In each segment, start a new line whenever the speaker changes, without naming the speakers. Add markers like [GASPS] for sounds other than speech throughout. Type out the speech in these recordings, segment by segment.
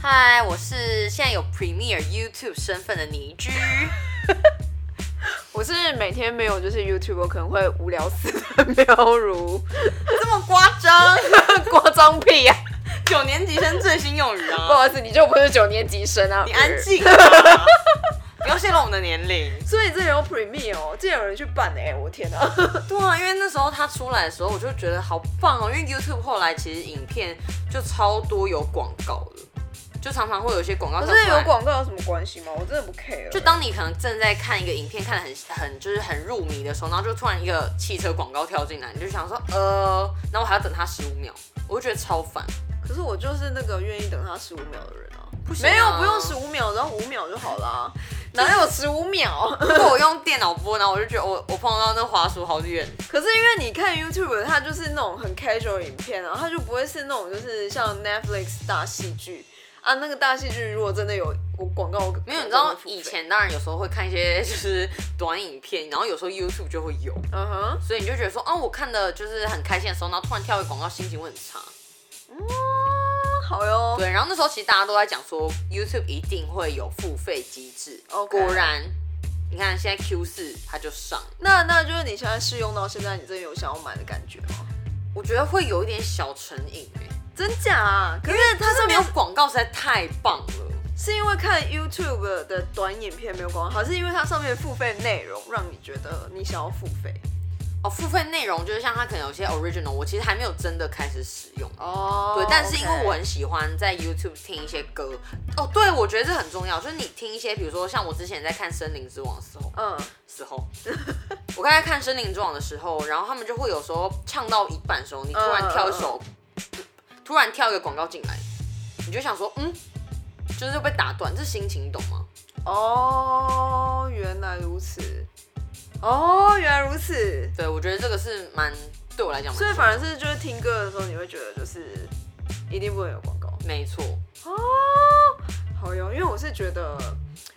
嗨，我是现在有 Premiere YouTube 身份的倪居。 [LAUGHS]
我是每天没有，就是 YouTube 我可能会无聊死 [LAUGHS] 的喵如， [LAUGHS]
这么夸 [LAUGHS] 张？
夸张屁呀、
九年级生最新用语
不好
啊！
意思，你就不是九年级生啊，
你安。静、啊， [LAUGHS] 不要泄露我们的年龄。
呃所以这有 Premiere 哦，这有人去办哎、我天啊！
对啊，因为那时候他出来的时候，我就觉得好棒哦。因为 YouTube 后来其实影片就超多有广告的，就常常会有一些广告
可
跳出来。
是有广告有什么关系吗？我真的不 care。
就当你可能正在看一个影片，看得很很就是很入迷的时候，然后就突然一个汽车广告跳进来，你就想说呃，然后我还要等它十五秒，我就觉得超烦。
可是我就是那个愿意等他十五秒的人啊。
不行啊
没有，不用十五秒，然后五秒就好啦。哪有十五秒？
如果我用电脑播，然后我就觉得我我碰到那滑鼠好远，
可是因为你看 YouTube，它就是那种很 casual 影片啊，它就不会是那种就是像 Netflix 大戏剧啊。那个大戏剧如果真的有我广告，我
没有，你知道
我真的会付费
以，前当然有时候会看一些就是短影片，然后有时候 YouTube 就会有，
嗯哼，
所以你就觉得说啊，我看的就是很开心的时候，然后突然跳一个广告，心情会很差。
嗯，好哟。
对，然后那时候其实大家都在讲说 YouTube 一定会有付费机制
OK
果然，你看现在 Q 四它就上了，
那那就是你现在试用到现在，你真的有想要买的感觉吗？
我觉得会有一点小成瘾哎、
真假啊？可是它
但是
是
没
没
有
有，
广告实在太棒了。
是因为看 YouTube 的短影片没有广告，还是因为它上面付费内容让你觉得你想要付费？
哦，付费内容就是像它可能有些 original，我其实还没有真的开始使用。
哦
对，但是因为我很喜欢在 YouTube 听一些歌，哦，对，我觉得这很重要，就是你听一些，比如说像我之前在看《森林之王》的时候，
嗯，
时
[LAUGHS]
候，我刚才看《森林之王》的时候，然后他们就会有时候唱到一半的时候，你突然跳一首，
嗯
突然跳一个广告进来，你就想说，嗯，就是被打断，这心情你懂吗？
哦，原来如此。哦，原来如此。
对，我觉得这个是蛮对我来讲蛮重
所
要的，
以反而是就是听歌的时候，你会觉得就是一定不能有广告。
没错，
哦，好哟，因为我是觉得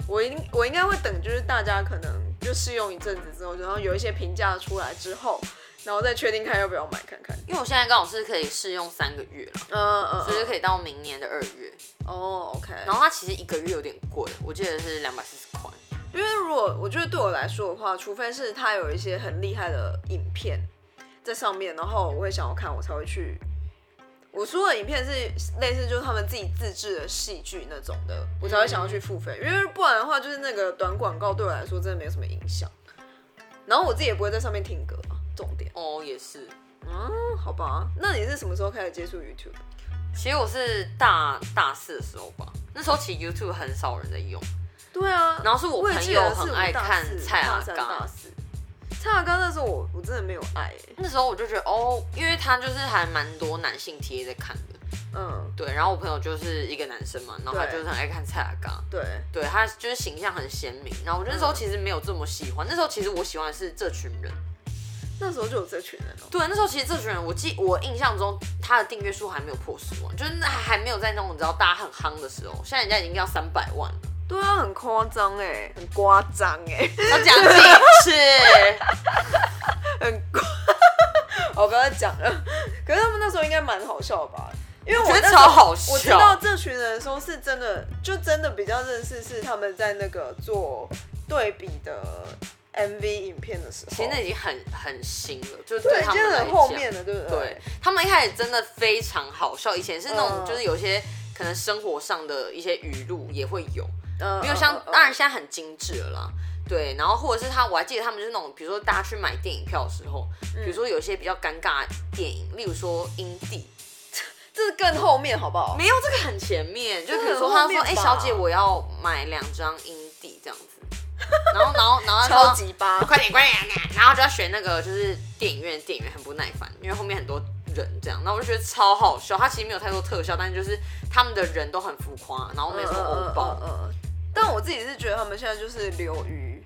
我应我应该会等，就是大家可能就试用一阵子之后，然后有一些评价出来之后，然后再确定看要不要买看看。
因为我现在刚好是可以试用三个月了，
嗯嗯，
所以就可
以。
以到明年的二月。
哦，OK。
然后它其实一个月有点贵，我记得是两百四十块。
因为如果我觉得对我来说的话，除非是它有一些很厉害的影片在上面，然后我会想要看，我才会去。我说的影片是类似就是他们自己自制的戏剧那种的，我才会想要去付费，因为不然的话就是那个短广告对我来说真的没有什么影响。然后我自己也不会在上面听歌啊，重点。
哦，也是。
嗯，好吧，那你是什么时候开始接触 YouTube？
其实我是大大四的时候吧，那时候其实 YouTube 很少人在用，
对啊，
然后是我
我也
朋
记
友
得是
很
我
爱
大
看
四
蔡
大
阿
三
刚
大，四，蔡阿刚那时候我我真的没有爱、欸，
那时候我就觉得哦，因为他就是还蛮多男性贴在看的，
嗯，
对。然后我朋友就是一个男生嘛，然后他
对
就是很爱看蔡阿刚，
对。
对他就是形象很鲜明。然后我那时候其实没有这么喜欢，那时候其实我喜欢的是这群人。
那时候就有这群人哦、
对，那时候其实这群人，我记我印象中他的订阅数还没有破十万，就是那还没有在那种你知道大家很夯的时候，现在人家已经要三百万了，
对啊，很夸张哎，很夸张哎，
要讲几 [LAUGHS] 次？
很夸。 [LAUGHS] 我不要再讲了。可是他们那时候应该蛮好笑吧？因为我
我觉得
那时候
超好
我知
笑
道这群人的时候是真的，就真的比较认识是他们在那个做对比的 MV 影片的时候，
其实那已经很很新了，就是
对，已
他
经
们来
很
讲
后面。了，对不
对？他们一开始真的非常好笑，以前是那种
嗯
就是有些可能生活上的一些语录也会有，
嗯，
没有像当然现在很精致了啦。对，然后或者是他，我还记得他们就是那种，比如说大家去买电影票的时候，比如说有些比较尴尬的电影，例如说英帝，
这是更后面好不好？
没有这个很前面，就
这
比如说
很
他
后
说，
面
哎、
吧
小姐，我要买两张英帝这样 [LAUGHS] 子，然后然后然后他说
超级八，
快点快点，然后就要选那个就是电影院，电影院很不耐烦，因为后面很多人这样，那我就觉得超好笑。它其实没有太多特效，但是就是他们的人都很浮夸，然后没有什么欧包。
嗯嗯嗯嗯但我自己是觉得他们现在就是流于，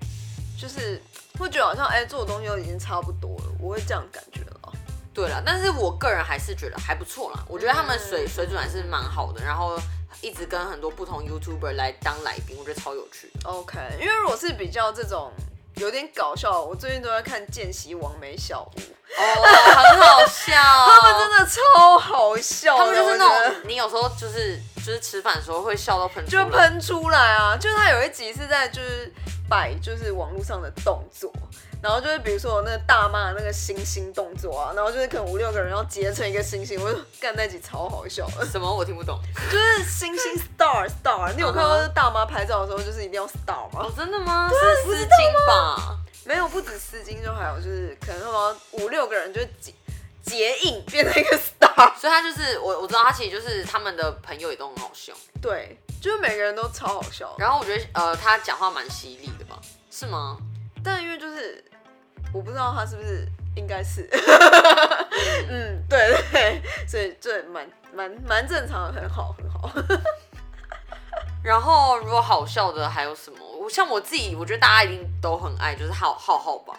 就是会觉得好像哎、做的东西都已经差不多了，我会这样感觉了。
对了，但是我个人还是觉得还不错啦，我觉得他们水
嗯
水准还是蛮好的，然后一直跟很多不同 YouTuber 来当来宾，我觉得超有趣的。
OK，因为如果是比较这种有点搞笑。我最近都在看《见习王美小屋》，
哦，很好笑。哦
他们真的超好笑
[LAUGHS]
的，
他们就是
我
那
觉得
种，你有时候就是就是吃饭的时候会笑到喷出
就
来，
喷出来啊！就是他有一集是在就是摆就是网络上的动作，然后就是比如说我那个大骂那个星星动作啊，然后就是可能五六个人要结成一个星星，我就干那集超好笑的，
什么我听不懂。
就是星星 star star。你有看
嗯
到大妈拍照的时候就是一定要 star 吗
哦，？真的吗？是丝巾吧？
没有，不止丝巾，就还有就是可能他们五六个人就结结印变成一个
[LAUGHS]
star，
所以他就是我我知道他其实就是他们的朋友也都很好笑，
对，就是每个人都超好笑的。
然后我觉得呃他讲话蛮犀利的吧？是吗？
但因为就是我不知道他是不是应该是， [LAUGHS] 嗯，对对，所以这蛮蛮蛮正常的，很好很好。
然后如果好笑的还有什么？我像我自己，我觉得大家一定都很爱，就是浩浩浩吧。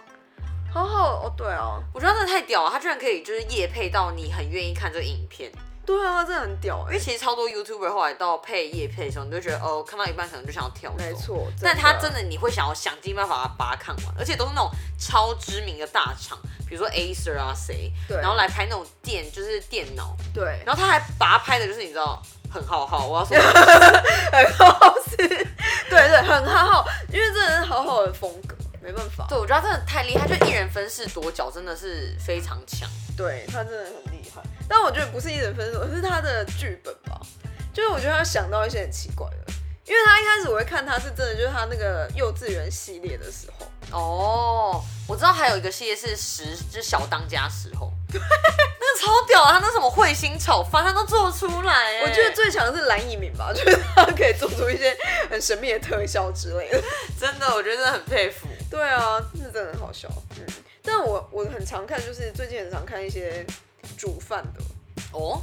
好好哦，对哦，
我觉得他真的太屌了，他居然可以就是夜配到你很愿意看这个影片，
对啊，他真的很屌
因
哎、
为其实超多 YouTuber 后来到配夜配的时候，你就觉得哦，看到一半可能就想要跳走。
没错，
但他真
的
的你会想要想尽办法把它看完，而且都是那种超知名的大厂，比如说 Acer 啊谁，
对
然后来拍那种电就是电脑，
对，
然后他还把它拍的就是你知道很浩浩，我要 [LAUGHS] 说
很好吃，对对，很好好，因为这人好好的风格，没办法，
对，我觉得他真的太厉害，就一人分饰多角，真的是非常强。
对他真的很厉害。但我觉得不是一人分手，而是他的剧本吧，就是我觉得他想到一些很奇怪的。因为他一开始我会看他是真的，就是他那个幼稚园系列的时候，
哦，我知道还有一个系列是十，就是小当家时候， [LAUGHS] 那个超屌的，他那什么彗星炒饭他都做出来欸，
我觉得最强的是蓝以敏吧，就是他可以做出一些很神秘的特效之类的。
真的，我觉得真的很佩服。
对啊，是真的很好笑。嗯，但我我很常看，就是最近很常看一些煮饭的。
哦，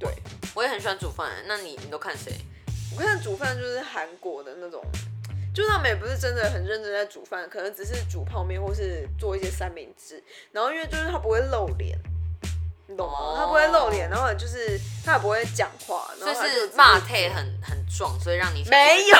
对，
我也很喜欢煮饭欸，那你你都看谁？
我看煮饭就是韩国的那种，就是他们也不是真的很认真在煮饭，可能只是煮泡面或是做一些三明治。然后因为就是他不会露脸，你懂吗
哦？
他不会露脸，然后就是他也不会讲话，然
所
后
以
他就是只
骂 T 很很壮，所以让你想
没有，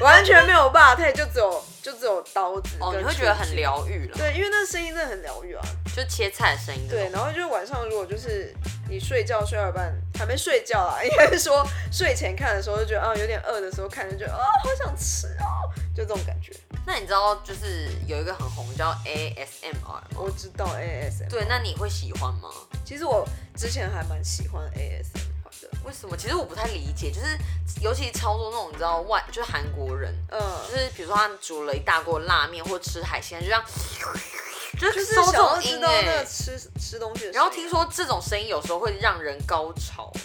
完全没有霸退，就只有就只有刀子。
哦，你会觉得很。疗愈了，
对，因为那声音真的很疗愈啊。
就切菜的声音。
对，，然后就是晚上如果就是你睡觉睡到一半还没睡觉啦，应该是说睡前看的时候就觉得啊有点饿的时候看就觉得啊好想吃哦，就这种感觉。
那你知道就是有一个很红叫 ASMR 吗？
我知道 ASM，
对，那你会喜欢吗？
其实我之前还蛮喜欢 ASM 的，
为什么？其实我不太理解，就是尤其超多那种你知道外就是韩国人，
嗯，
就是比如说他们煮了一大锅拉面或吃海鲜，就这样，就
就是是
收
想
这
要
种
知
音
道
哎、
那个吃吃东西的声音。
然后听说这种声音有时候会让人高潮哎、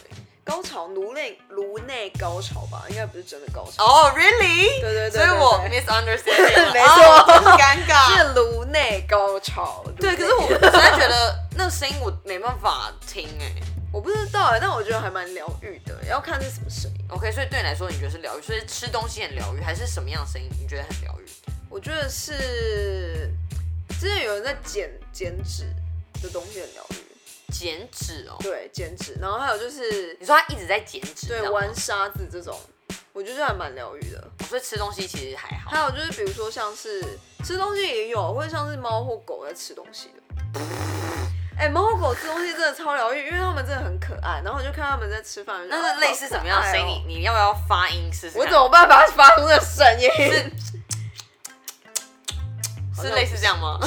高潮颅内颅内高潮吧，应该不是真的高潮。
哦、r e a l l y
对对对
所
对
以我
对
misunderstanding 了
[LAUGHS] 没错
哦真 [LAUGHS] 尴尬
是颅内高潮。
对，
颅内
可是我实在觉得那个声音我没办法听哎、
我不知道哎，但我觉得还蛮疗愈的，要看是什么声音。
OK，所以对你来说，你觉得是疗愈，所以吃东西很疗愈，还是什么样的声音你觉得很疗愈？
我觉得是之前有人在减减脂的东西很疗愈，
减脂哦，
对减脂，然后还有就是
你说他一直在减脂，这
对
样吗
玩沙子这种，我觉得还蛮疗愈的。
所以吃东西其实还好
[LAUGHS] 还。有就是比如说像是吃东西也有，会像是猫或狗在吃东西的。哎、猫或狗吃东西真的超疗愈，因为它们真的很可爱。然后我就看它们在吃饭，
那是类似什么样的声音？
音？
你你要不要发音试试看？
哦我怎么办法发出那声音？好
是
像
类似这样吗？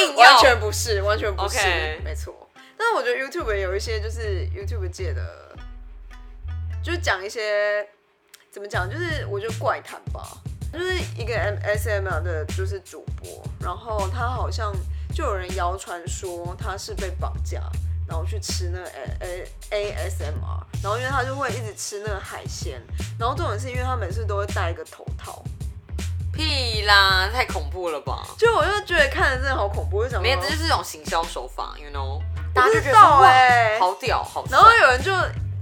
硬要
完全不是，完全不是
OK
没错。但是我觉得 YouTube 有一些就是 YouTube 界的，就是讲一些怎么讲，就是我觉得怪谈吧，就是一个 M S M L 的，就是主播，然后他好像就有人谣传说他是被绑架。然后去吃那个 A A A S M R，然后因为他就会一直吃那个海鲜，然后重点是因为他每次都会戴一个头套，
[LAUGHS] 屁啦，太恐怖了吧？
就我就觉得看着真的好恐怖，我就想
没有，
说
这就是一种行销手法，you know？
嗯我
大家就
不知
觉得
道
说哇
哎
好屌，好帅。
然后有人就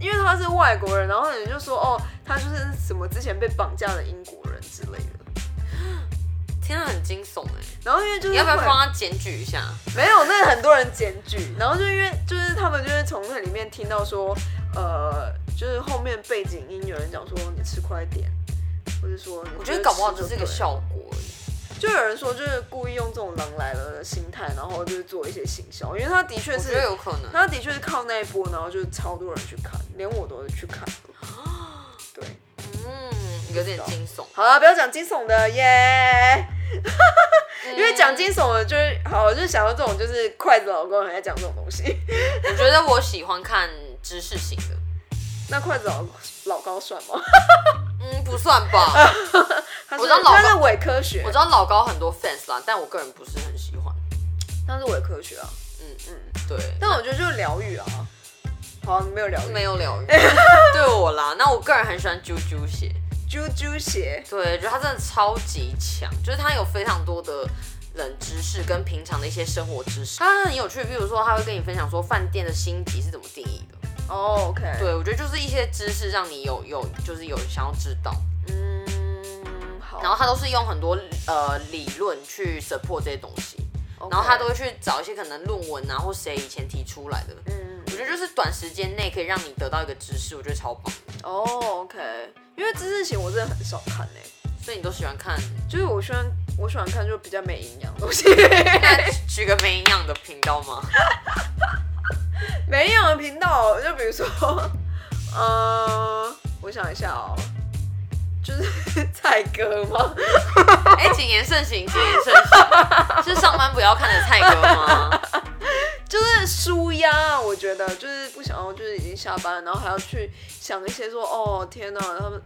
因为他是外国人，然后有人就说哦，他就是什么之前被绑架的英国人之类的。
天啊，很惊悚哎！
然后因为就是
你要不要啊
会
帮他检举一下？
没有，那很多人检举，然后就因为就是他们就是从那里面听到说，呃，就是后面背景音有人讲说你吃快一点，或者说
我觉得搞不好
只
只是一个，效果而已。
就有人说，就是故意用这种狼来了的心态，然后就是做一些行销，因为他的确
我觉得
是，
有可能。
他的确是靠那一波，然后就是超多人去看，连我都去看。
[GASPS]
对，
嗯，有点惊悚。
好啊了，不要讲惊悚
[LAUGHS]
的耶，
嗯
因为讲惊悚的就是好，我就想到这种就是筷子老公还在讲这种东西。 [LAUGHS]
我觉得我喜欢看知识型的，
那筷子老老高算吗？ [LAUGHS]
嗯，不算吧。
他
我
是
知道老高
他是伪科学
我，知道老高很多 fans 啦，但我个人不是很喜欢。
他是伪科学啊。
嗯
嗯，
对，
但我觉得就是疗愈啊。好，没有疗愈。
没有疗愈对我啦。那我个人很喜欢啾啾鞋，
啾啾鞋，
对，觉得他真的超级强，就是他有非常多的冷知识跟平常的一些生活知识，他很有趣。比如说，他会跟你分享说饭店的星级是怎么定义的。
哦，OK、o k
对，我觉得就是一些知识让你有有就是有想要知道，
嗯，好。
然后他都是用很多呃理论去 support 这些东西，
OK
然后他都会去找一些可能论文啊或谁以前提出来的。
嗯，
我觉得就是短时间内可以让你得到一个知识，我觉得超棒。
哦，OK，因为知识型我真的很少看诶、
所以你都喜欢看，
就是我喜欢我喜欢看就比较没营养的东西，
那取个没营养的频道吗？
没营养的频道，就比如说， [LAUGHS] 呃，我想一下哦，就是蔡哥吗？ [LAUGHS]
哎、谨言慎行，谨言慎行，是上班不要看的菜哥吗？
就是舒压，我觉得就是不想要，就是已经下班了，然后还要去想一些说，哦天哪，他们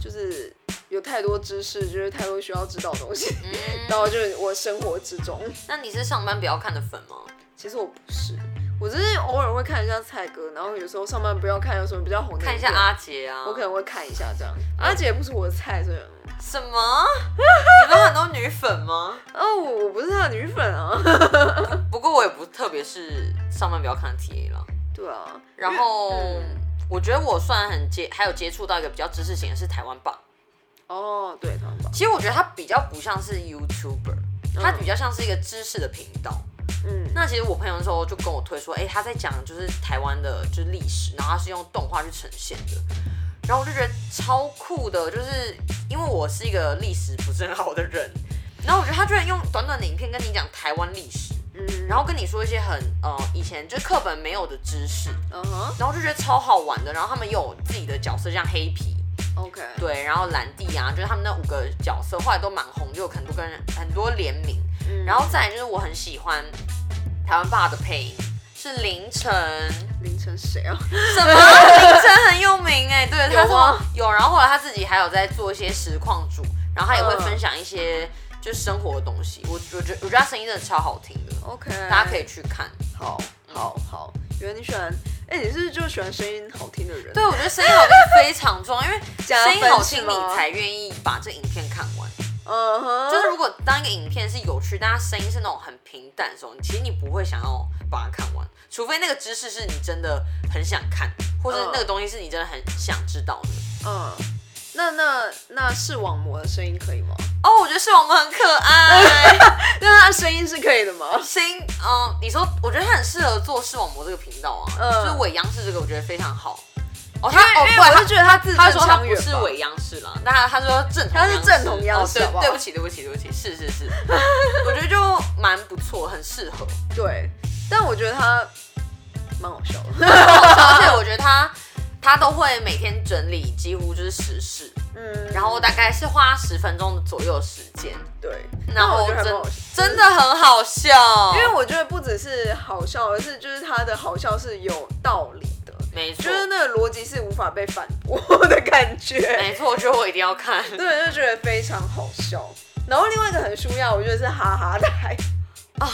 就是有太多知识，就是太多需要知道的东西， [LAUGHS]
嗯，
然后就是我生活之中。
那你是上班不要看的粉吗？
其实我不是，我只是偶尔会看一下蔡哥，然后有时候上班不要看有什么比较红的，
看一下，阿哦杰啊，
我可能会看一下这样。阿姐不是我的菜，所以嗯
什么？你们很多女粉吗？
哦，我我不是她的女粉啊。
不过我也不特别是上班不要看的 TA 了。
对啊，
然后、
嗯
我觉得我算很接，还有接触到一个比较知识型的是台湾吧。
哦，对，他们吧，
其实我觉得它比较不像是 YouTuber，它比较像是一个知识的频道。
嗯，
那其实我朋友那时候就跟我推说，哎、他在讲就是台湾的就是历史，然后他是用动画去呈现的。然后我就觉得超酷的，就是因为我是一个历史不是很好的人，然后我觉得他居然用短短的影片跟你讲台湾历史，
嗯，
然后跟你说一些很呃以前就是课本没有的知识，
嗯哼
然后就觉得超好玩的。然后他们又有自己的角色，像黑皮，
，OK，
对，然后兰蒂啊，就是他们那五个角色后来都蛮红，就有很多跟人很多联名。
嗯
然后再来就是我很喜欢台湾爸的配音是凌晨，
凌晨谁啊？
什 [LAUGHS] 么凌晨很有名哎、对，他
有
说
吗
有，然后后来他自己还有在做一些实况主，然后他也会
嗯
分享一些就是生活的东西。我我觉得我觉得他声音真的超好听的，
OK，
大家可以去看。
好，好，好，原来你喜欢，哎、你是不是就喜欢声音好听的人？
对，我觉得声音好听非常重要，因为
加
声音
分
好
是
听
吗
你才愿意把这影片看完。
嗯哼，
就是如果当一个影片是有趣，但它声音是那种很平淡的时候，其实你不会想要把它看完，除非那个知识是你真的很想看，或是
嗯
那个东西是你真的很想知道的。
嗯，那那那视网膜的声音可以吗？ [LAUGHS]
哦，我觉得视网膜很可爱，
那
啊
他的声音是可以的吗？
声音，嗯，你说，我觉得它很适合做视网膜这个频道啊，
嗯
就是伪央视这个，我觉得非常好。哦，
因
他
为
哦，
因
不
为
然
我
他
是觉得他字
他说
正
他
腔
不
圆
是
吧。
伪央视啦，但他他说正统
他
央
是
视，
正统央视
哦对，
好不好
对不起，对不起，对不起，是是是，我觉得就蛮不错，很适合。
对，但我觉得他蛮好笑的。
而且我觉得他他都会每天整理，几乎就是时事，[LAUGHS]
嗯，
然后大概是花十分钟左右的时间，
对，
然
那
后
我觉得
真
很好笑。
真的很好笑，
因为我觉得不只是好笑，而是就是他的好笑是有道理的，
没错
就，是那个逻辑是无法被反驳的感
[LAUGHS]
觉。
没错，我觉得我一定要看。
对，就觉得非常好笑。然后另外一个很舒压，我觉得是哈哈台，
哦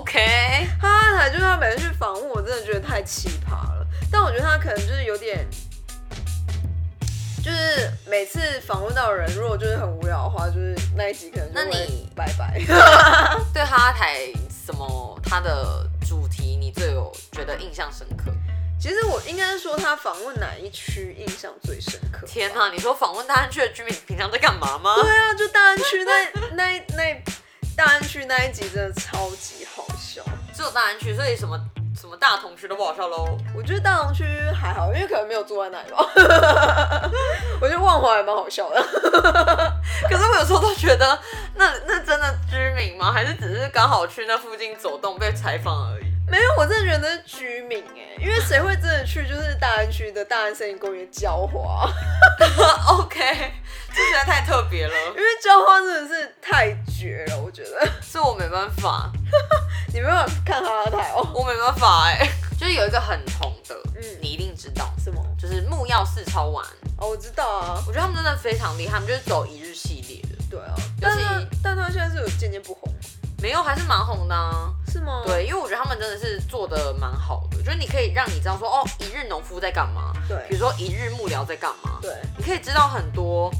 OK，
哈哈台就是他每次去访问，我真的觉得太奇葩了。但我觉得他可能就是有点，就是每次访问到的人，如果就是很无聊的话，就是那一集可能就
那
会
你
拜拜。 [LAUGHS]
对哈台什么他的主题你最有觉得印象深刻？
其实我应该是说他访问哪一区印象最深刻。
天哪、！你说访问大安区的居民平常在干嘛吗？
对啊，就大安区那那一那一大安区那一集真的超级好笑。
只有大安区，所以什么什么大同区都不好笑喽。
我觉得大同区还好，因为可能没有住在那里吧。 [LAUGHS] 我觉得万华也蛮好笑
[LAUGHS]
的。
可是我有时候都觉得，那那真的居民吗？还是只是刚好去那附近走动被采访而已？ [LAUGHS]
没有，我真的觉得是居民哎、因为谁会真的去就是大安区的大安森林公园浇花？
OK，这实在太特别了，
因为浇花真的是太绝了，我觉得
这我没办法，
你没办法看哈哈台哦。
我没办法哎、就是有一个很红的，嗯
嗯，
你一定知道，
什么？
就是木曜四超玩，
哦，我知道啊，
我觉得他们真的非常厉害，他们就是走一日系列的，
对啊，但
尤其
他但他现在是有渐渐不红，
没有还是蛮红的、啊。
是吗？，
对，因为我觉得他们真的是做的蛮好的，就是你可以让你知道说，哦，一日农夫在干嘛，
对
比如说一日幕僚在干嘛，
对，
你可以知道很多，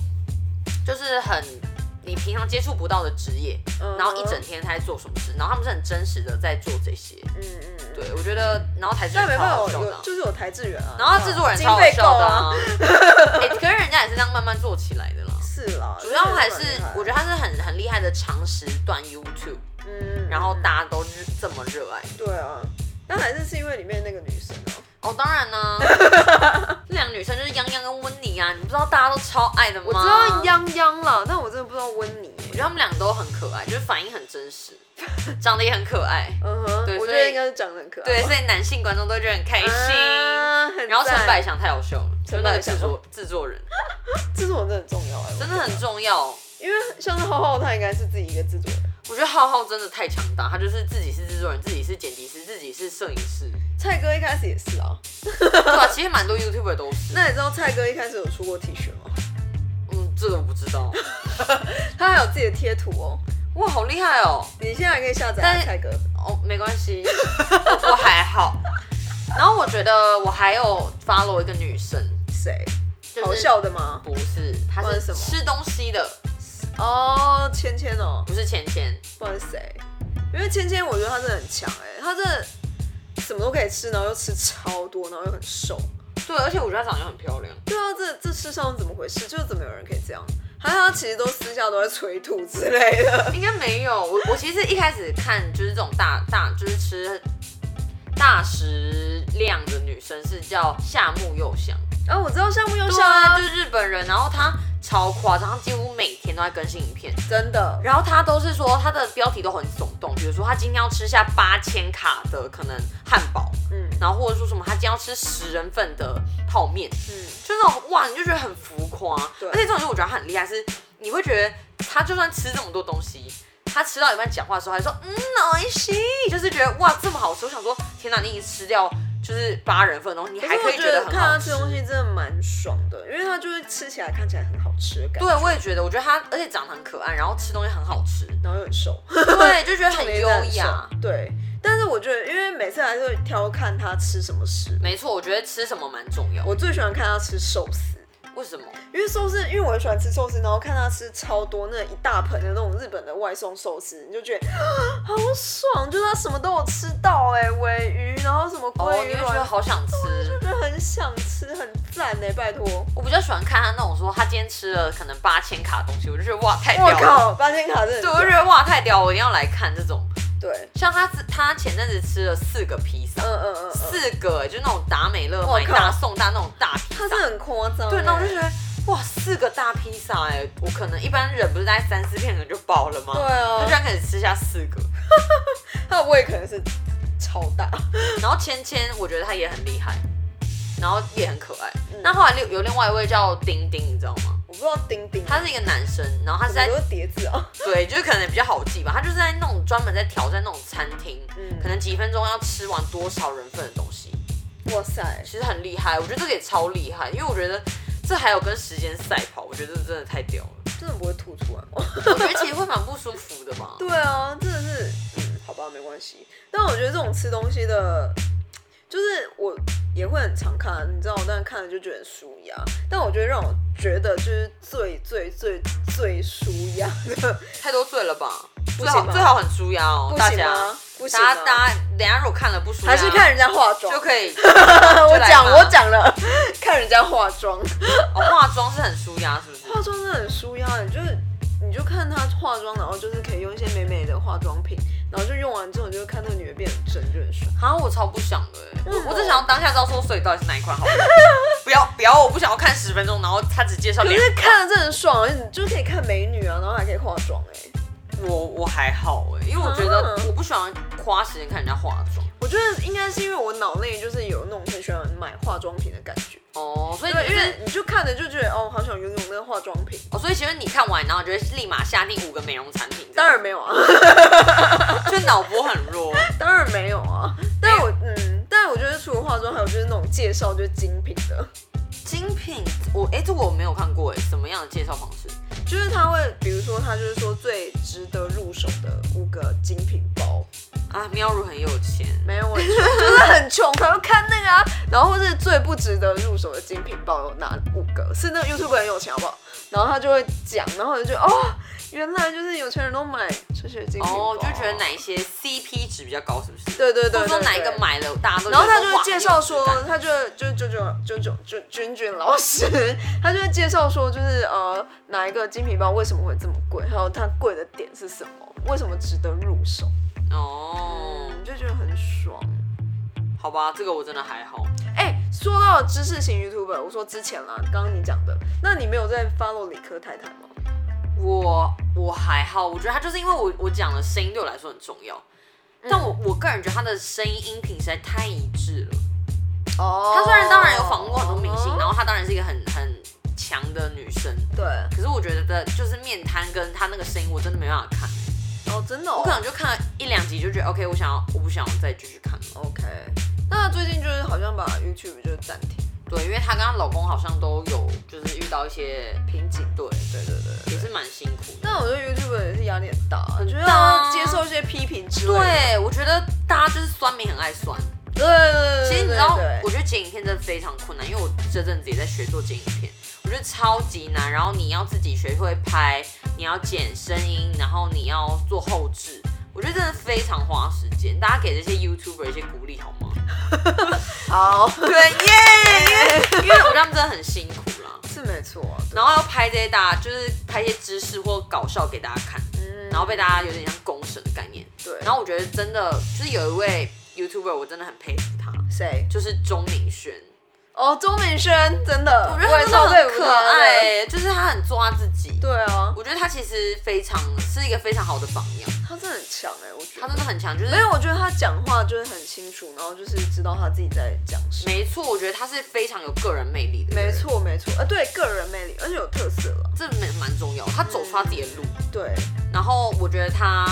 就是很你平常接触不到的职业，
嗯
然后一整天他在做什么事，然后他们是很真实的在做这些。
嗯嗯，嗯。
对，我觉得，然后台制
但
人
没
超
办
好
法，
笑的
有
啊、
就是有台制人啊，
然后制作人
经
超好
费
笑
够
的、
啊
啊， [LAUGHS] 欸可是人家也是这样慢慢做起来的啦。
是啦，
主要还是
真的很厉害
我觉得他是很很厉害的长时段 YouTube，
嗯，
然后大家都是这么热爱。
对啊，但还是是因为里面那个女生啊，
哦，当然呢、
[LAUGHS]
这两个女生就是泱泱跟温妮啊，你不知道大家都超爱的吗？
我知道，泱泱啦，但我真的不知道温妮
我
耶。
觉得他们两个都很可爱，就是反应很真
[LAUGHS]
实，长得也很可爱。
嗯哼
对
我
所
觉得
以
应该是长得很可爱吧。
对，所以男性观众都觉得很开心。
哦啊很
然后陈
赞
百祥太好笑了，就
陈
是那
百
个
祥
制作制作人
制作人真的很重要哎，
真的很重要。
因为像是浩浩他应该是自己一个制作人，
我觉得浩浩真的太强大，他就是自己是制作人，自己是剪辑师，自己是摄影
[LAUGHS]
师，
蔡哥一开始也是啊。
对吧、其实蛮多 YouTuber 都是。
那你知道蔡哥一开始有出过 T 恤吗？
嗯，这个我不知道。
他还有自己的贴图哦，
哇，好厉害哦！
你现在还可以下载
但
啊
是
蔡哥。
哦，没关系，我还好。然后我觉得我还有 follow 一个女生，
谁？
就是
好笑的吗？
不是，她
不然
是
是什么
吃东西的，
哦，芊芊哦，
不是芊芊。
不知道是谁，欸因为芊芊我觉得她真的很强哎，她真的什么都可以吃，然后又吃超多，然后又很瘦。
对，而且我觉得她长得很漂亮。
对啊，这这世上怎么回事？就是怎么有人可以这样？还有他其实都私下都在催吐之类的。
应该没有，我我其实一开始看就是这种大大就是吃大食量的女生是叫夏目柚香，
啊，我知道项目又
对
下
啊，
啊
就是日本人，然后她超夸张，她几乎每天都在更新影片，
真的，
然后她都是说她的标题都很耸动，比如说她今天要吃下八千卡的可能汉堡，
嗯
然后或者说什么她今天要吃十人份的泡面，
嗯，
就那种哇，你就觉得很浮夸。
对
而且这种就我觉得他很厉害，是你会觉得他就算吃这么多东西，他吃到一半讲话的时候还说嗯，好西，就是觉得哇这么好吃。我想说，天哪，你已经吃掉就是八人份的东西，你还可以
可是我
觉
觉
得
得
很
看
好
他
吃
吃。东西真的蛮爽的，因为他就是吃起来看起来很好吃的感觉，
对，我也觉得，我觉得他而且长得很可爱，然后吃东西很好
[LAUGHS]
吃，
然后又很瘦，
对，就觉得很
没
优
在
雅。
瘦。对，但是我觉得，因为每次还是会挑看他吃什么食物，
没错，我觉得吃什么蛮重要。
我最喜欢看他吃寿司。
为什么？
因为寿司，因为我很喜欢吃寿司，然后看他吃超多那一大盆的那种日本的外送寿司，你就觉得啊好爽，就是他什么都有吃到哎、尾鱼，然后什么
哦，
鲑
你会
鱼
觉
卵
得，好想吃。
就很想吃，很赞哎、拜托！
我比较喜欢看他那种说他今天吃了可能八千卡的东西，我就觉得哇太屌
我
了，
靠，八千卡真的
对，我就觉得
很
哇太屌了，我一定要来看这种。
对，
像他吃他前阵子吃了四个披萨，
嗯嗯嗯嗯，
四个、欸、就那种达美乐
我
买
靠
大送大那种大披
他
萨
真，的很夸张、
对，那我就觉
得。
得哇，四个大披萨哎、我可能一般人不是大概三四片可能就饱了吗？
对
他居
啊，
然可以吃下四个，
他的胃可能是超大，
然后芊芊我觉得她也很厉害，然后也很可爱。
嗯
那后来另有另外一位叫丁丁，你知道吗？
我不知道丁丁，
他是一个男生，然后他是
怎
在
么都是叠字啊，
对，就是可能比较好记吧。他就是在那种专门在挑战那种餐厅，
嗯
可能几分钟要吃完多少人份的东西。
哇塞，
其实很厉害，我觉得这个也超厉害，因为我觉得这还有跟时间赛跑，我觉得这真的太屌了。
真的不会吐出来吗？
我觉得其实会蛮不舒服的嘛。
对啊，真的是，嗯，好吧，没关系。但我觉得这种吃东西的，就是我也会很常看，你知道，但看了就觉得很舒压。但我觉得让我觉得就是最最最最舒压
[LAUGHS]
的，
太多罪了吧？
不
最
行
好
吗
最好很舒压哦，
不
大
行
家
吗？不行
大家
吗？
大家，等一下如果看了不舒压，
还是看人家化妆
就。可
[LAUGHS]
以。就
我讲
来吧
我讲了， [LAUGHS] 看人家化妆，
哦，化妆是很舒压，是不是？
化妆真的很舒压，你就是。你就看她化妆，然后就是可以用一些美美的化妆品，然后就用完之后，你就看那个女的变很真，就很爽。
啊，我超不想的欸，
为什么
我我只想要当下知道说，所以到底是哪一款好
[LAUGHS]
用。不要不要，我不想要看十分钟，然后他只介
[LAUGHS]
绍
可
两
是
个。
看了真的很爽，而且你就是可以看美女啊，然后还可以化妆哎、
我我还好哎，因为我觉得
啊
我不喜欢花时间看人家化妆。
我觉得应该是因为我脑内就是有那种很喜欢买化妆品的感觉，
哦，所以
对，
你
因
是
为你就看着就觉得哦，好想拥有那个化妆品。
哦，所以其实你看完，然后你就会立马下定五个美容产品，
当然没有啊，
就脑波很弱。
当然没有啊。但我嗯，但我觉得除了化妆，还有就是那种介绍就是精品的，
[LAUGHS] 精品，我哎、这个我没有看过哎，什么样的介绍方式？
就是他会比如说他就是说最值得入手的五个精品包，
啊，喵如很有钱，
没有我很穷就是很穷才会看那个啊，然后或是最不值得入手的精品包有哪五个？是那个 YouTube 很有钱好不好？然后他就会讲，然后我就觉得哦，原来就是有钱人都买这些精品包，
哦，就觉得哪一些 CP 值比较高，是不是？
对对对对
或者说哪一个
对
买了大家都觉得
然
哇，
后他就会介绍说
很有质，感
他就就就就就就就君君老师，他就会介绍说，就是呃哪一个精品包为什么会这么贵，还有它贵的点是什么，为什么值得入手，
哦，
嗯，就觉得很爽。
好吧，这个我真的还好。
哎、说到知识型 YouTuber，我说之前啦，刚刚你讲的，那你没有在 follow 理科太太吗？
我我还好，我觉得他就是因为我我讲的声音对我来说很重要，但我我个人觉得他的声音音频实在太一致了。
哦
她虽然当然有访问过很多明星，然后她当然是一个很很强的女生，
对，
可是我觉得就是面瘫跟她那个声音，我真的没办法看。
哦，真的、哦，
我可能就看了一两集就觉得 OK，我想要我不想要再继续看了。
OK。那最近就是好像把 YouTube 就是暂停
对，因为她跟她老公好像都有就是遇到一些
瓶颈，
对，
对对对对
也是蛮辛苦的。
但我觉得 YouTube 也是压力很大，我觉得
大啊
要接受一些批评之类的。
对，我觉得大家就是酸民很爱酸。
对对对对对
其实你知道
对对，
我觉得剪影片真的非常困难，因为我这阵子也在学做剪影片，我觉得超级难。然后你要自己学会拍，你要剪声音，然后你要做后置，我觉得真的非常花时间。大家给这些 YouTuber 一些鼓励好吗？ [LAUGHS]
好
对耶， [LAUGHS] 因为因为我觉得他们真的很辛苦啦。
是没错啊、
然后要拍这些大家就是拍一些知识或搞笑给大家看，
嗯
然后被大家有点像公审的概念。
对，
然后我觉得真的就是有一位 YouTuber 我真的很佩服他，
谁？
就是钟明轩。
哦，钟明轩真的，
我觉
我也
得
超
他
佩
真的
服
很
他
可
的
爱、欸，就是他很做他自己。
对啊，
我觉得他其实非常是一个非常好的榜样，
他真的很强哎、我觉
他
得。
真的很强，就是
没有，我觉得他讲话就是很清楚，然后就是知道他自己在讲什么。
没错，我觉得他是非常有个人魅力的，
没，错，没错，呃，对，个人魅力，而且有特色了。
这蛮蛮重要，他走出他自己的路，
对，
然后我觉得他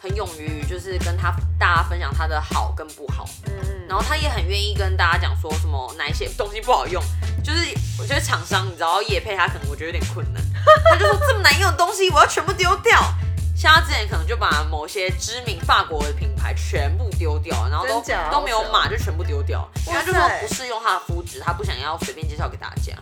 很勇于就是跟他大家分享他的好跟不好，
嗯，
然后他也很愿意跟大家讲说什么哪一些东西不好用，就是我觉得厂商你知道也配他可能我觉得有点困难，他就说这么难用的东西我要全部丢掉。像他之前可能就把某些知名法国的品牌全部丢掉，然后都
真假
都没有
好扯哦
码就全部丢掉，因为他就
哇
说
塞
不适用他的肤质，他不想要随便介绍给大家。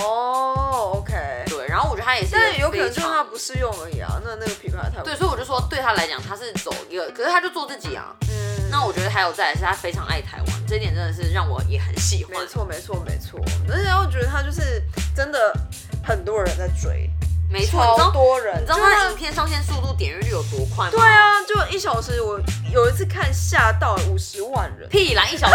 哦，OK，
对，然后我觉得他也是一个非常，
但有可能就是他不适用而已啊。那那个品牌太
对，所以我就说对他来讲他是走一个，可是他就做自己啊。
嗯，
那我觉得还有再来是他非常爱台湾，这一点真的是让我也很喜欢
没。错，没错，没错。而且我觉得他就是真的很多人在追，
没错，你知
超
道
多人，
你知道
就
他的
是
影片上线速度、点阅率有多快吗？
对，啊，就一小时，我有一次看吓到五十万人，
屁啦，一
[LAUGHS]
小时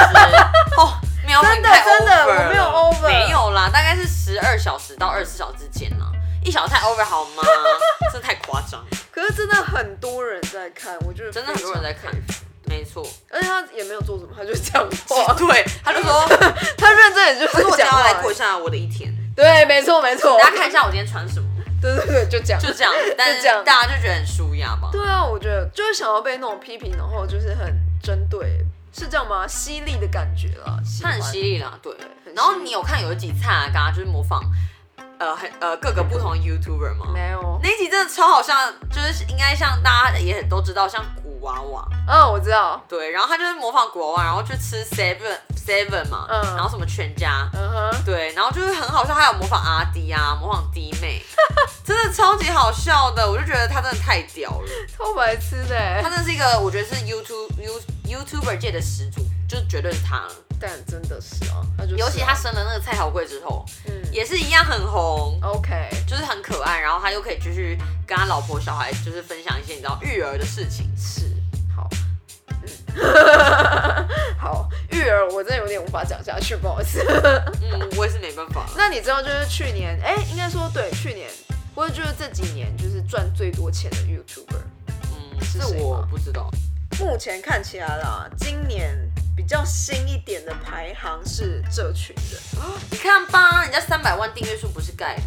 哦，没有，
真的
你太
真的
over 了
我没有 over
没有啦，大概是十二小时到二十小时之间啦，一小时太 over 好吗？ [LAUGHS] 真的太夸张了，
可是真的很多人在看，我觉得
真的很多人在看
非常佩服，
没错，
而且他也没有做什么，他就讲话，
对，他就说，
[LAUGHS] 他认真也就
可是
是
我今天
哦讲
要
话
来
而
过一
已。
下我的一天，
[LAUGHS] 对，没错没错，
大家看一下我今天穿什么，
对对对，就这样。
就这样，但
就是这样
大家就觉得很舒压吧。
对啊，我觉得就是想要被那种批评，然后就是很针对，是这样吗？犀利的感觉啦，喜
他
欢
很犀利啦，对
很。
然后
犀利
你有看有一集蔡阿嘎就是模仿，呃，很呃各个不同的 YouTuber 吗？
没有，
那一集真的超好像，就是应该像大家也都知道，像古娃娃，
嗯，我知道，
对，然后他就是模仿古娃娃，然后去吃 Seven Seven 嘛，
嗯
然后什么全家，
嗯哼，
对，然后就是很好笑，还有模仿阿迪啊，模仿弟
[LAUGHS]
妹，真的超级好笑的，我就觉得他真的太屌
[LAUGHS]
了，
超白痴的欸
他，真的是一个我觉得是 YouTube You YouTuber 界的始祖，就是绝对是他了，
但真的是啊，他就是啊
尤其他生了那个蔡小贵之后，
嗯
也是一样很红。
，OK，
就是很可爱，然后他又可以继续跟他老婆小孩就是分享一些你知道育儿的事情，
是好嗯 [LAUGHS] 好，育儿我真的有点无法讲下去，不好意思。
[LAUGHS] 嗯，我也是没办法了。
那你知道就是去年，哎、应该说对，去年或者就是这几年就是赚最多钱的 YouTuber，
嗯，
是
这
谁
我
吗
不知道。
目前看起来啦，今年比较新一点的排行是这群人。
你看吧，人家三百万订阅数不是盖 [LAUGHS] 的，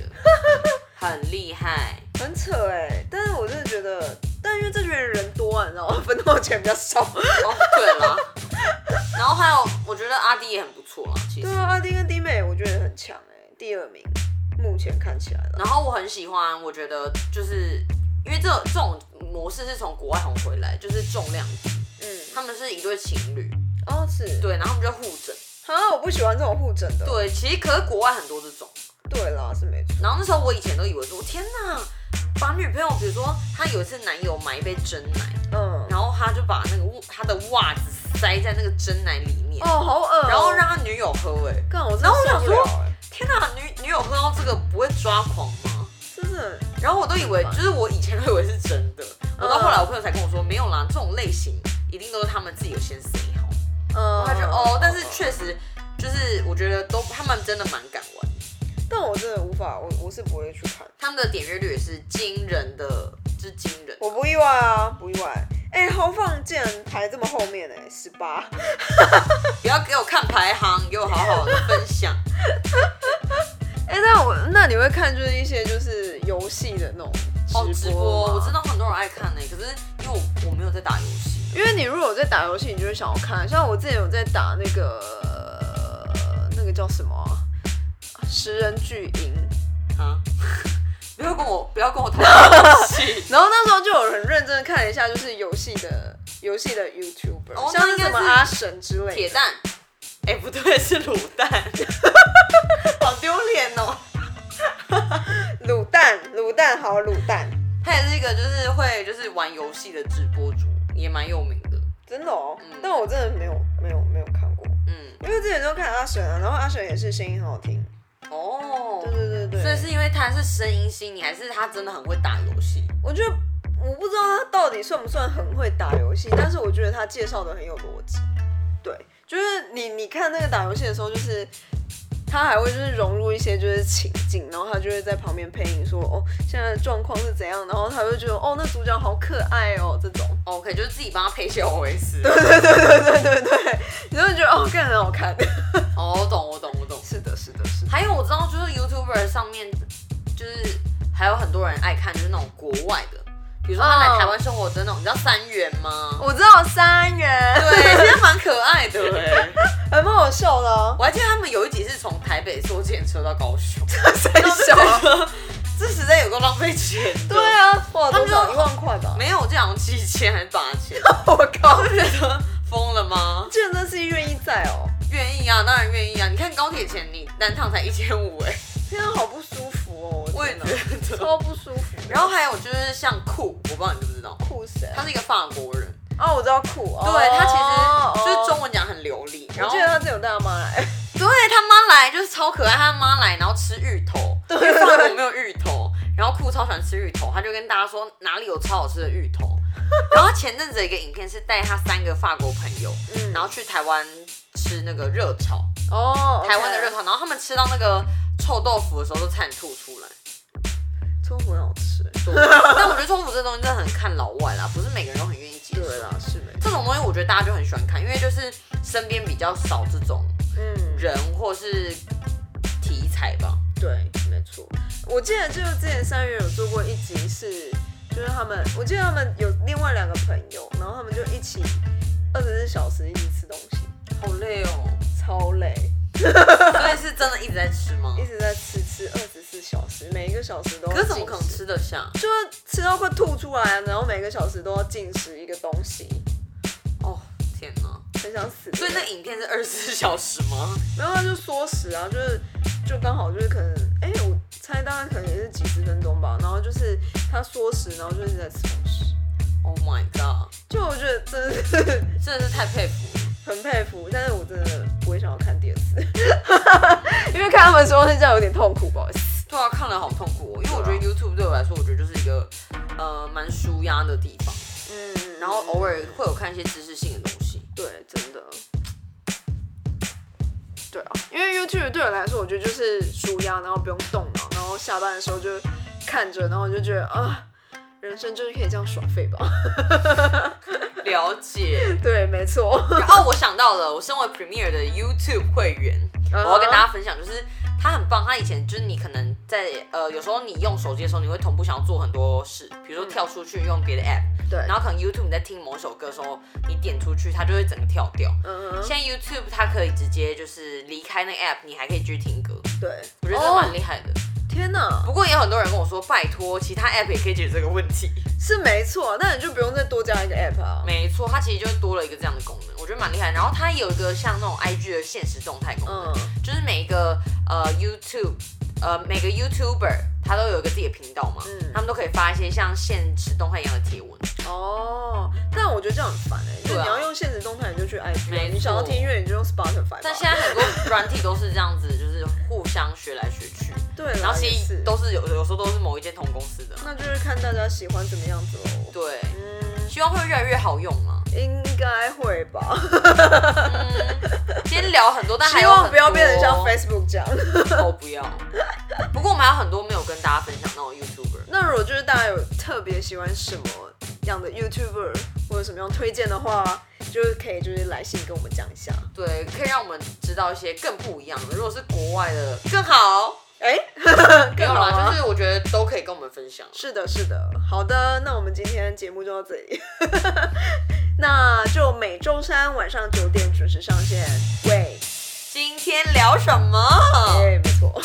很厉害。
很扯哎、但是我真的觉得，但因为这群人人多啊，你知道 [LAUGHS] 吗？分到的钱比较少。
哦，对啦。 [LAUGHS] 然后还有，我觉得阿弟也很不错啦，其实
对。啊，阿丁跟弟妹我觉得很强哎、第二名，目前看起来了。
然后我很喜欢，我觉得就是因为这这种模式是从国外红回来，就是重量级，
嗯，
他们是一对情侣，
哦是，
对，然后他们就互整，
啊，我不喜欢这种互整的。
对，其实可是国外很多这种。
对啦，是没错。
然后那时候我以前都以为说，天哪，把女朋友，比如说她有一次男友买一杯真奶，
嗯，
然后他就把那个袜他的袜子塞在那个真奶里面，
哦，好恶、
然后，让他女友喝、哎，
干我真
然
的
后我想
受不了
说
哎、
天哪，女女友喝到这个不会抓狂吗？
真的。
然后我都以为，就是我以前都以为是真的，我到
嗯
后来我朋友才跟我说，没有啦，这种类型一定都是他们自己有先 say 好，
嗯
然后他就哦，但是确实就是我觉得都他们真的蛮敢玩，
但我真的无法，我我是不会去看，
他们的点阅率也是惊人的，就是惊人。
我不意外啊，不意外。哎、豪放竟然排这么后面哎、十八。
不要给我看排行，给我好好的分享。
[LAUGHS] 哎、那我那你会看就是一些就是游戏的那种
哦， [LAUGHS] 直播我知
道，
道很多人爱看欸呢、可是因为我我没有在打游戏。
因为你如果有在打游戏，你就会想要看。像我之前有在打那个那个叫什么啊十人巨营，
[LAUGHS] 啊！不要跟我不要跟我讨论游戏
然后那时候就有很认真的看了一下，就是游戏的游戏的 YouTuber，、
哦
像
那应该
什么
是
阿神之类
铁
的。
蛋， [LAUGHS] 哎、不对，是卤 [LAUGHS] 蛋，好丢脸哦！
[LAUGHS] 卤蛋，卤蛋好，卤蛋，
他也是一个就是会就是玩游戏的直播主，也蛮有名的。
真的哦。
嗯
但我真的没有没有没有看过，
嗯，
因为之前都看阿神啊，然后阿神也是声音很好听。
哦
对，对对对。
所以是因为他是声音新，你还是他真的很会打游戏？
我觉得我不知道他到底算不算很会打游戏，但是我觉得他介绍的很有逻辑。对，就是你你看那个打游戏的时候，就是他还会就是融入一些就是情境，然后他就会在旁边配音说哦现在的状况是怎样，然后他会觉得哦那主角好可爱哦这种，
哦，可以就是自己帮他配一些 OS。
对对对对，你就会觉得哦看着很好看。 [LAUGHS]
哦，我懂，我懂，我懂。
是的，是的，是的。
还有我知道，就是 YouTuber 上面，就是还有很多人爱看，就是那种国外的，比如说他来台湾生活的那种，你知道三元吗？
我知道三元，
对，其实蛮可爱的哎。
还蛮好笑的、哦。
我还记得他们有一集是从台北坐电车到高雄，
三
然后就
小啊
觉，得这实在有够浪费钱。
[LAUGHS] 对，啊，哇，
他
多
们
少
就
一万块吧？
没有这样七千还是八千，
[LAUGHS] 我靠
[LAUGHS] 我，就觉得疯了吗？
健身是愿意在哦。
愿意啊，当然愿意啊！你看高铁钱你单趟才一千五哎，
天啊，好不舒服哦！
我也
天哪
觉得。
超不舒服。
然后还有就是像酷，我不知道你知不知道，
酷谁？啊
他是一个法国人，
哦，我知道酷。
对他其实就
哦
是中。文讲很流利，然
我
后
记得他真有带他妈哎来，
对他妈来就是超可爱，他妈来然后吃芋头，因为法国没有芋头，然后酷超喜欢吃芋头，他就跟大家说哪里有超好吃的芋
[LAUGHS]
头。然后他前阵子有一个影片是带他三个法国朋友，
嗯
然后去台湾吃那个热炒，
哦
台湾的热炒，然后他们吃到那个臭豆腐的时候都差点吐出
[LAUGHS]
来。
中很好吃。
对但我觉得臭豆腐这东西真的很看老外啦，不是每个人都很愿意接受。
对啦，是没错。
这种东西我觉得大家就很喜欢看，因为就是身边比较少这种
嗯，
人或是题材吧。
对，没错。我记得就是之前三月有做过一集是，就是他们，我记得他们有另外两个朋友，然后他们就一起二十四小时一起吃东西，
好累哦。 [LAUGHS]
超累，
所以是真的一直在吃吗？
一直在吃吃二十四小时，每一个小时都。
可是怎么可能？吃得下？
就是吃到快吐出来，啊然后每个小时都要进食一个东西，
哦，天哪！
很想死。
所以那影片是二十四 [LAUGHS] 小时吗？
没有，他就缩食啊，就是就刚好就是可能，哎、我猜大概可能也是几十分钟吧。然后就是他缩食，然后就是在吃东西，
？Oh my god！
就我觉得真的是
真的是太佩服了。
很佩服，但是我真的不会想要看第二次，因为看他们说这样有点痛苦，不好意思。
对啊，看了好痛苦、哦，因为我觉
对
得
啊
YouTube 对我来说，我觉得就是一个呃蛮舒压的地方，
嗯，
然后偶尔会有看一些知识性的东西。
对，真的。对啊，因为 YouTube 对我来说，我觉得就是舒压，然后不用动脑，然后下班的时候就看着，然后我就觉得啊，人生就是可以这样耍废吧。
了解。
[LAUGHS] 对，没错。
然后我想到了，我身为 Premier 的 YouTube 会员，我要跟
啊
大家分享，就是它很棒。它以前就是你可能在呃，有时候你用手机的时候，你会同步想要做很多事，比
嗯
如说跳出去用别的 app，、
对，
然后可能 YouTube 你在听某首歌的时候，你点出去，它就会整个跳掉。
嗯哼，
现在 YouTube 它可以直接就是离开那个 app，你还可以继续听歌，
对，
我觉得真的蛮
哦
厉害的。
天哪，
不过也有很多人跟我说，拜托，其他 app 也可以解决这个问题。
是没错，那你就不用再多加一个 app 啊。
没错，它其实就多了一个这样的功能，我觉得蛮厉害。然后它也有一个像那种 IG 的现实动态功能，
嗯，
就是每一个呃 YouTube 呃每个 YouTuber 他都有一个自己的频道嘛，
嗯
他们都可以发一些像现实动态一样的
[LAUGHS]
贴文。
哦，但我觉得这样很烦哎、欸，就
对啊
你要用现实动态，你就去 IG，啊
没
你想要
错
听音乐，你就用 Spotify 吧。
但现在很多软体都是这样子，就是互相学来学去，
对啦，啊
然后
也
其实
是
都是有有时候都是某一间同公司的。
那就是看大家喜欢怎么样子喽。
对，
嗯，
希望会越来越好用
[LAUGHS]
嘛。
应该会吧。
嗯，今天聊很多，但还
希
有
望
很
不要变得像
[LAUGHS] 多
Facebook 这样。 [LAUGHS]
哦，不要。不过我们还有很多没有跟大家分享那种 YouTuber。
那如果就是大家有特别喜欢什么样的 YouTuber 或者什么样推荐的话，就是可以就是来信跟我们讲一下。
对，可以让我们知道一些更不一样的。如果是国外的更好，
哎、 [LAUGHS]
没有啦，
吗
就是我觉得都可以跟我们分享。
是的，是的，好的，那我们今天节目就到这里， [LAUGHS] 那就每周三晚上九点准时上线。喂，
今天聊什么？
哎、没错。